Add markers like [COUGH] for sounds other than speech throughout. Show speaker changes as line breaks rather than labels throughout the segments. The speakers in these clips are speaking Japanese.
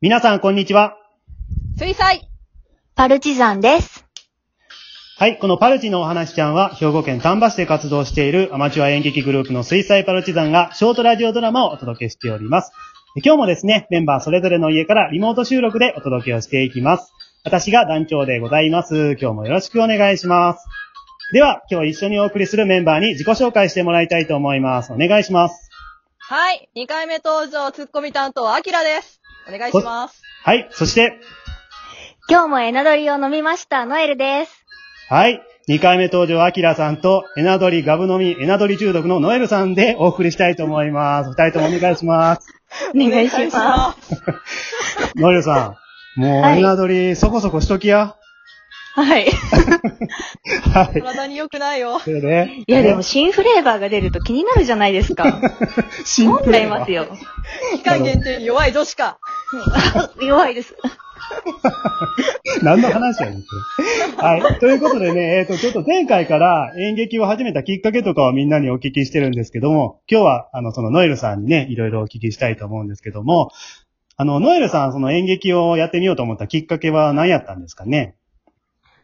皆さん、こんにちは。
水彩
パルチザンです。
はい、このパルチのお話ちゃんは、兵庫県丹波市で活動しているアマチュア演劇グループの水彩パルチザンが、ショートラジオドラマをお届けしております。で今日もですね、メンバーそれぞれの家からリモート収録でお届けをしていきます。私が団長でございます。今日もよろしくお願いします。では、今日一緒にお送りするメンバーに自己紹介してもらいたいと思います。お願いします。
はい、2回目登場、ツッコミ担当、アキラです。お願いします。。
はい、そして、
今日もエナドリを飲みました、ノエルです。
はい。2回目登場、アキラさんと、エナドリガブ飲み、エナドリ中毒のノエルさんでお送りしたいと思います。二人ともお願いします。
お願いします
ノエルさん、もう、
はい
エナドリそこそこしときや。
す。はい。
[LAUGHS] はい。
体に良くないよ。
それで、
いやでも新フレーバーが出ると気になるじゃないですか。
シン
飲
プ
んじゃい
ル
ますよ。
期間限定に弱い女子か。
弱いです。
何の話やねん、これはい。ということでね、えっ、と、ちょっと前回から演劇を始めたきっかけとかをみんなにお聞きしてるんですけども、今日は、あの、そのノエルさんにね、いろいろお聞きしたいと思うんですけども、あの、ノエルさん、その演劇をやってみようと思ったきっかけは何やったんですかね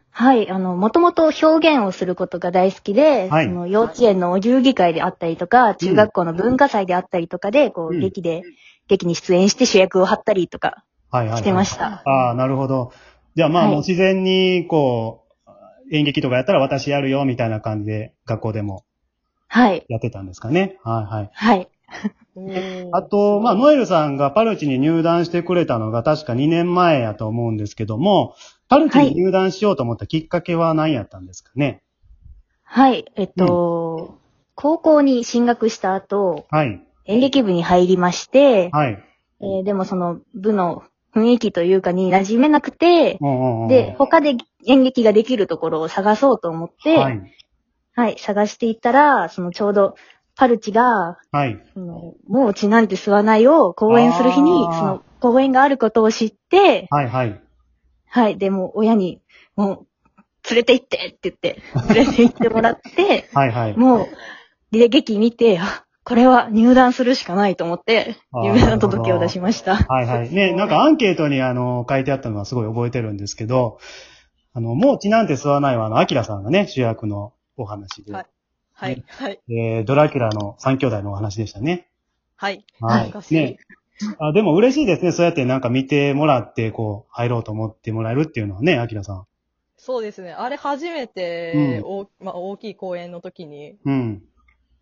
はい、あの、もともと表現をすることが大好きで、
はい
その幼稚園のお遊戯会であったりとか、中学校の文化祭であったりとかで、こう、
うん
劇で、劇に出演して主役を張ったりとか
はいはい、はい。
してました。
ああ、なるほど。じゃあまあ
はい
もう自然に、こう、演劇とかやったら私やるよ、みたいな感じで、学校でも
はい。
やってたんですかね。はいはい。
はい。
あと、まあ、ノエルさんがパルチに入団してくれたのが確か2年前やと思うんですけども、パルチに入団しようと思ったきっかけは何やったんですかね。
はい、えっと、高校に進学した後、
はい。
演劇部に入りまして、
はい。
えーでもその部の雰囲気というかに馴染めなくて、
うんうんうん
で、、他で演劇ができるところを探そうと思って、
は
はい、
い。
探していったら、そのちょうど、パルチが、
はい。
そのもう血なんて吸わないを公演する日に、
あー
その公演があることを知って、
はい。はい。
はい、でも親に、もう、連れて行ってって
[LAUGHS]
言って、連れて行ってもらって、
はい。はい。
もう、履劇見て、あこれは入団するしかないと思って、
あー
夢の届けを出しました。
はいはい。ね、なんかアンケートにあの、書いてあったのはすごい覚えてるんですけど、あの、もう血なんて吸わないは、あの、アキラさんがね、主役のお話で、
はいはい、はい、
えードラキュラの三兄弟のお話でしたね。
はい。
は
懐かし
い。
い
ね。あでも嬉しいですね。そうやってなんか見てもらって、こう、入ろうと思ってもらえるっていうのはね、アキラさん。
そうですね。あれ初め
うん
て、おまあ、大きい公演の時に、
うん。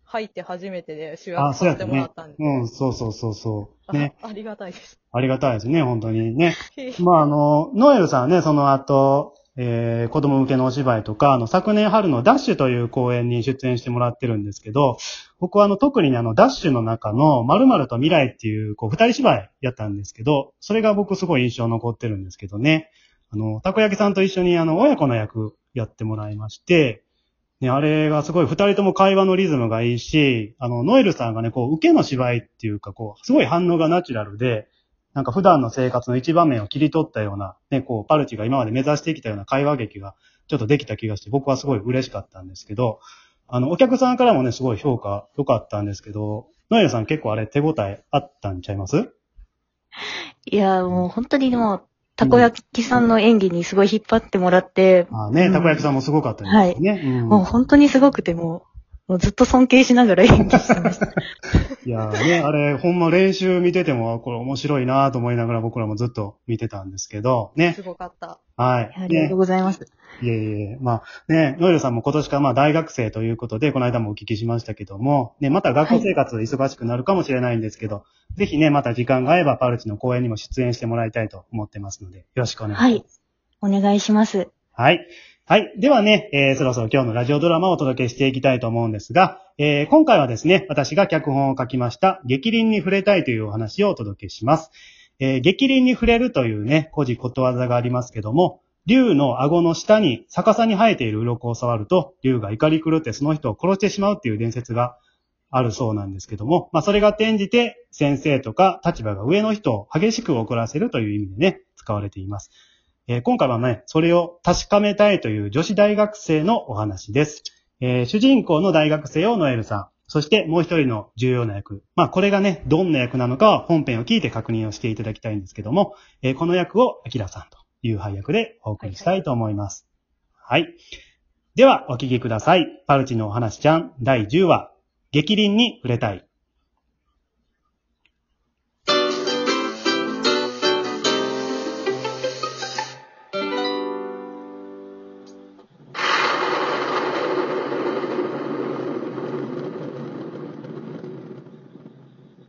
入って初めてで主
あ、そう
役さ
やって
せてもら
ね
ったんで。。
うん、そうそうそうそう。
[LAUGHS]
ね。
あありがたいです。
ありがたいですね、本当にね。まあ、あの、ノエルさんはね、その後、えー、子供向けのお芝居とか、あの、昨年春のダッシュという公演に出演してもらってるんですけど、僕はあの、特にねあの、ダッシュの中の、〇〇と未来っていう、こう、二人芝居やったんですけど、それが僕すごい印象残ってるんですけどね。あの、たこ焼きさんと一緒にあの、親子の役やってもらいまして、ね、あれがすごい二人とも会話のリズムがいいし、あの、ノエルさんがね、こう、受けの芝居っていうか、こう、すごい反応がナチュラルで、なんか普段の生活の一場面を切り取ったような、ね、こう、パルチが今まで目指してきたような会話劇がちょっとできた気がして、僕はすごい嬉しかったんですけど、あの、お客さんからもね、すごい評価良かったんですけど、ノエルさん結構あれ手応えあったんちゃいます
いや、もう本当にもう、たこ焼きさんの演技にすごい引っ張ってもらって、
ああね、
うん
たこ焼きさんもすごかったですよね。うん
もう本当にすごくてもう、もうずっと尊敬しながら演技して
[LAUGHS]
ました。
いやーね、あれ、ほんま練習見てても、これ面白いなーと思いながら僕らもずっと見てたんですけど、ね
す。ごかった。
はい。
ありがとうございます。
いえいえ、まあね、ノエルさんも今年からまあ大学生ということで、この間もお聞きしましたけども、ね、また学校生活忙しくなるかもしれないんですけど、ぜひね、また時間が合えばパルチの公演にも出演してもらいたいと思ってますので、よろしくお願いします。
はい。お願いします。
はい。はい。ではね、えーそろそろ今日のラジオドラマをお届けしていきたいと思うんですが、えー今回はですね、私が脚本を書きました、激鱗に触れたいというお話をお届けします。えー激鱗に触れるというね、古事ことわざがありますけども、竜の顎の下に逆さに生えている鱗を触ると、竜が怒り狂ってその人を殺してしまうっていう伝説があるそうなんですけども、まあそれが転じて先生とか立場が上の人を激しく怒らせるという意味でね、使われています。えー今回はね、それを確かめたいという女子大学生のお話です。えー主人公の大学生をノエルさそしてもう一人の重要な役。まあこれがね、どんな役なのかは本編を聞いて確認をしていただきたいんですけども、えーこの役をアキラさんという配役でお送りしたいと思います。はい、ではお聞きください。パルチのお話ちゃん第10話、激凛に触れたい。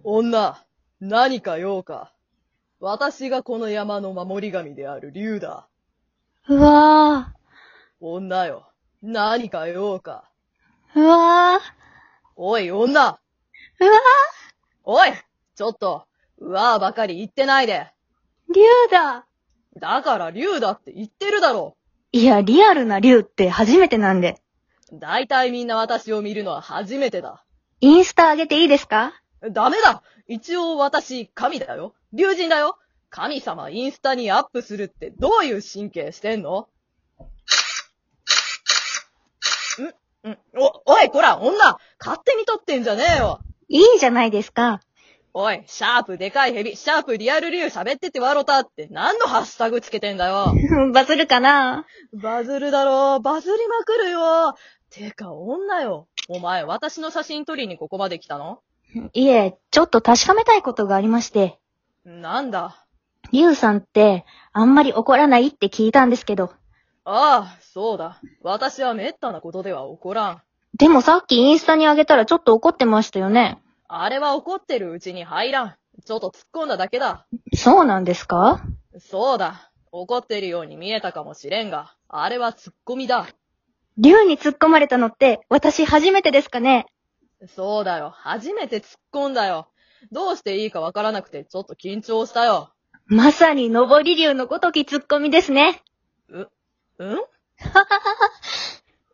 女、何か用か。私がこの山の守り神である竜だ。
うわ
女よ、何か用か。
ー。うわ
おい、女
ー。うわ
おいちょっと、うわーばかり言ってないで。
ー。竜だ。
だから竜だって言ってるだろ
いや、リアルな竜って初めてなんで。
う。だいたいみんな私を見るのは初めてだ。
インスタ上げていいですか
ダメだ一応私、神だよ。竜神だよ。神様インスタにアップするってどういう神経してんのんんお、おい、こら、女勝手に撮ってんじゃねえよ
いいじゃないですか。 [LAUGHS]
おい、シャープでかいヘビ、シャープリアル竜喋っててわろたって何のハッシュタグつけてんだよ。
バズるかな
バズるだろう。バズりまくるよ。てか、女よ。お前、私の写真撮りにここまで来たの
いえ、ちょっと確かめたいことがありまして。
なんだ。
リュウさんって、あんまり怒らないって聞いたんですけど。
ああ、そうだ。私は滅多なことでは怒らん。
でもさっきインスタに上げたらちょっと怒ってましたよね。
あれは怒ってるうちに入らん。ちょっと突っ込んだだけだ。
そうなんですか
そうだ。怒ってるように見えたかもしれんが、あれは突っ込みだ。
リュウに突っ込まれたのって、私初めてですかね
そうだよ。初めて突っ込んだよ。どうしていいかわからなくてちょっと緊張したよ。
まさに上り竜のごとき突っ込みですね。 [LAUGHS]
うん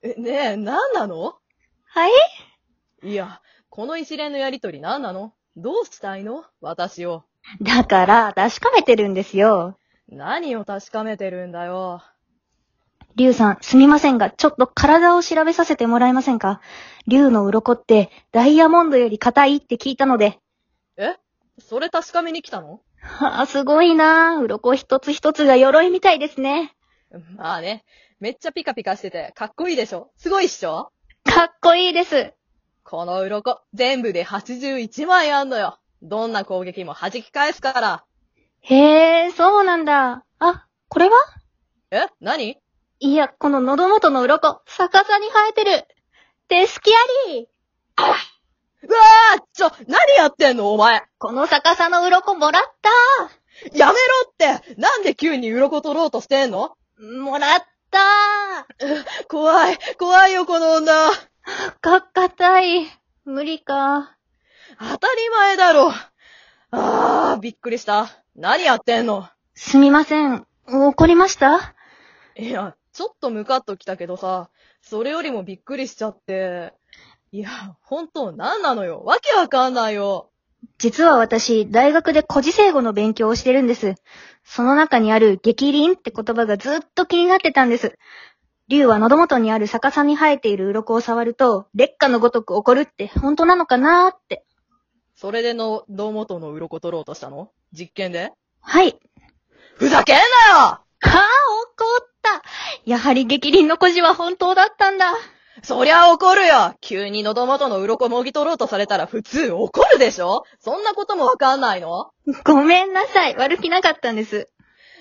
えねえ、なんなの
はい
いや、この一連のやりとり何なのどうしたいの私を。
だから、確かめてるんですよ。
何を確かめてるんだよ。
リュウさん、すみませんが、ちょっと体を調べさせてもらえませんか竜の鱗って、ダイヤモンドより硬いって聞いたので。
えそれ確かめに来たの
はあ、すごいなあ鱗一つ一つが鎧みたいですね。
まあね。めっちゃピカピカしてて、かっこいいでしょすごいっしょ
かっこいいです。
この鱗、全部で81枚あんのよ。どんな攻撃も弾き返すから。
へえ、そうなんだ。あ、これは
え何
いや、この喉元の鱗、逆さに生えてる。手すきあり
うわーちょ、何やってんのお前
この逆さの鱗もらっ
やめろってなんで急に鱗取ろうとしてんの
たもらった
怖い、怖いよ、この女。
か、硬い。無理か。
当たり前だろ。あー、びっくりした。何やってんの
すみません。怒りました
いや、ちょっとムカッときたけどさ、それよりもびっくりしちゃって。いや、本当何なのよ。わけわかんないよ。
実は私、大学で古事生語の勉強をしてるんです。その中にある激鱗って言葉がずっと気になってたんです。竜は喉元にある逆さに生えている鱗を触ると、劣化のごとく起こるって本当なのかなーって。
それでの、堂本の鱗取ろうとしたの実験で
はい。
ふざけんなよ
はあ、怒ったやはり激鱗の孤児は本当だったんだ。
そりゃ怒るよ急に喉元の鱗もぎ取ろうとされたら普通怒るでしょそんなこともわかんないの
ごめんなさい。悪気なかったんです。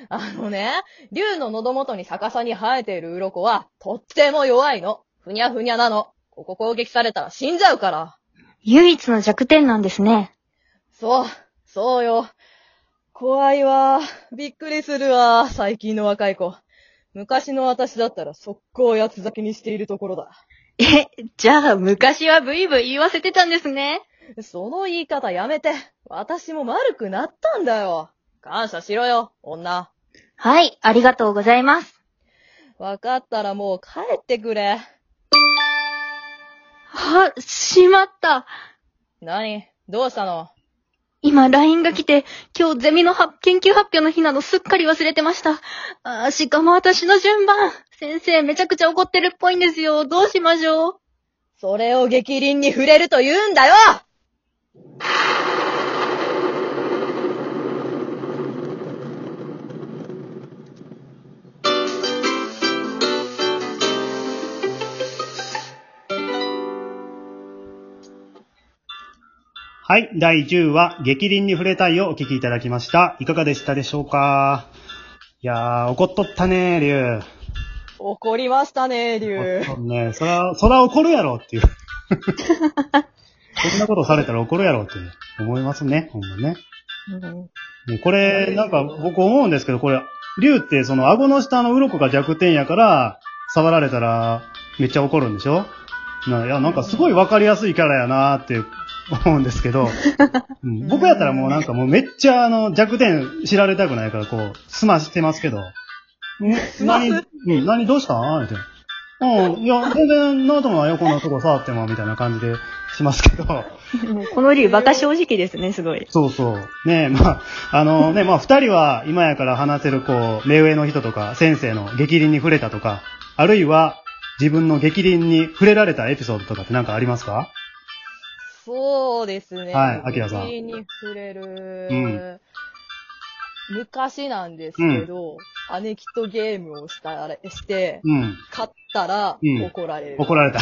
あのね、竜の喉元に逆さに生えている鱗は、とっても弱いの。ふにゃふにゃなの。ここ攻撃されたら死んじゃうから。
唯一の弱点なんですね。
そう、そうよ。怖いわ。びっくりするわ。最近の若い子。昔の私だったら速攻やつ咲きにしているところだ。
え、じゃあ昔はブイブイ言わせてたんですね。
その言い方やめて。私も悪くなったんだよ。感謝しろよ、女。
はい、ありがとうございます。
わかったらもう帰ってくれ。
は、しまった。
何どうしたの
今 LINE が来て、今日ゼミの発研究発表の日などすっかり忘れてました。あーしかも私の順番。先生めちゃくちゃ怒ってるっぽいんですよ。どうしましょう。
それを激鱗に触れると言うんだよ
はい。第10話、激鱗に触れたいをお聞きいただきました。いかがでしたでしょうかいやー、怒っとったねー、りゅう。
怒りましたね、竜。
怒っとんねそら、そら怒るやろっていう。そんなことされたら怒るやろって思いますね、ほんまね。
うん
ねこれ、なんか僕思うんですけど、これ、竜ってその顎の下の鱗が弱点やから、触られたらめっちゃ怒るんでしょないや、なんかすごいわかりやすいキャラやなーって思うんですけ
[LAUGHS]
ど、うん僕やったらもうなんかもうめっちゃあの弱点知られたくないからこう、すましてますけど。
すます
何、うん、何どうしたみたいな。うん、いや、全然、なんともないよ、こんなとこ触っても、みたいな感じでしますけど。
もうこの理由バカ正直ですね、すごい。
そうそう。ねえ、まあ、あのね、まあ、二人は今やから話せる、こう、目上の人とか、先生の激鱗に触れたとか、あるいは、自分の激鱗に触れられたエピソードとかって何かありますか
[LAUGHS] そうですね。
はいアキラさん
激鱗に触れる。
うん
昔なんですけど、姉貴とゲームをしたらして、
うん。
勝ったら
うん
怒られる。
怒られた。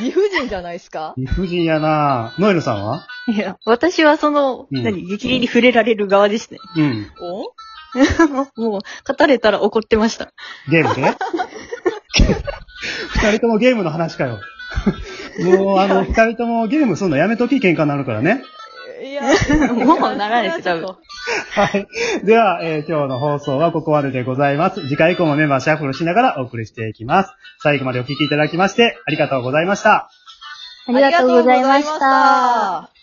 理不尽じゃないですか
理不尽やなノエルさんはい
や、私はその、
うん
何、激励に触れられる側ですね。
うん。
おん
[LAUGHS] もう、語れたら怒ってました。
ゲームで [LAUGHS] 二人ともゲームの話かよ。もう、あの、二人ともゲームすんのやめとき喧嘩になるからね。
い [LAUGHS] や、
もうならないです多分
はい。では、えー今日の放送はここまででございます。次回以降もメンバーシャッフルしながらお送りしていきます。最後までお聞きいただきまして、ありがとうございました。
ありがとうございました。。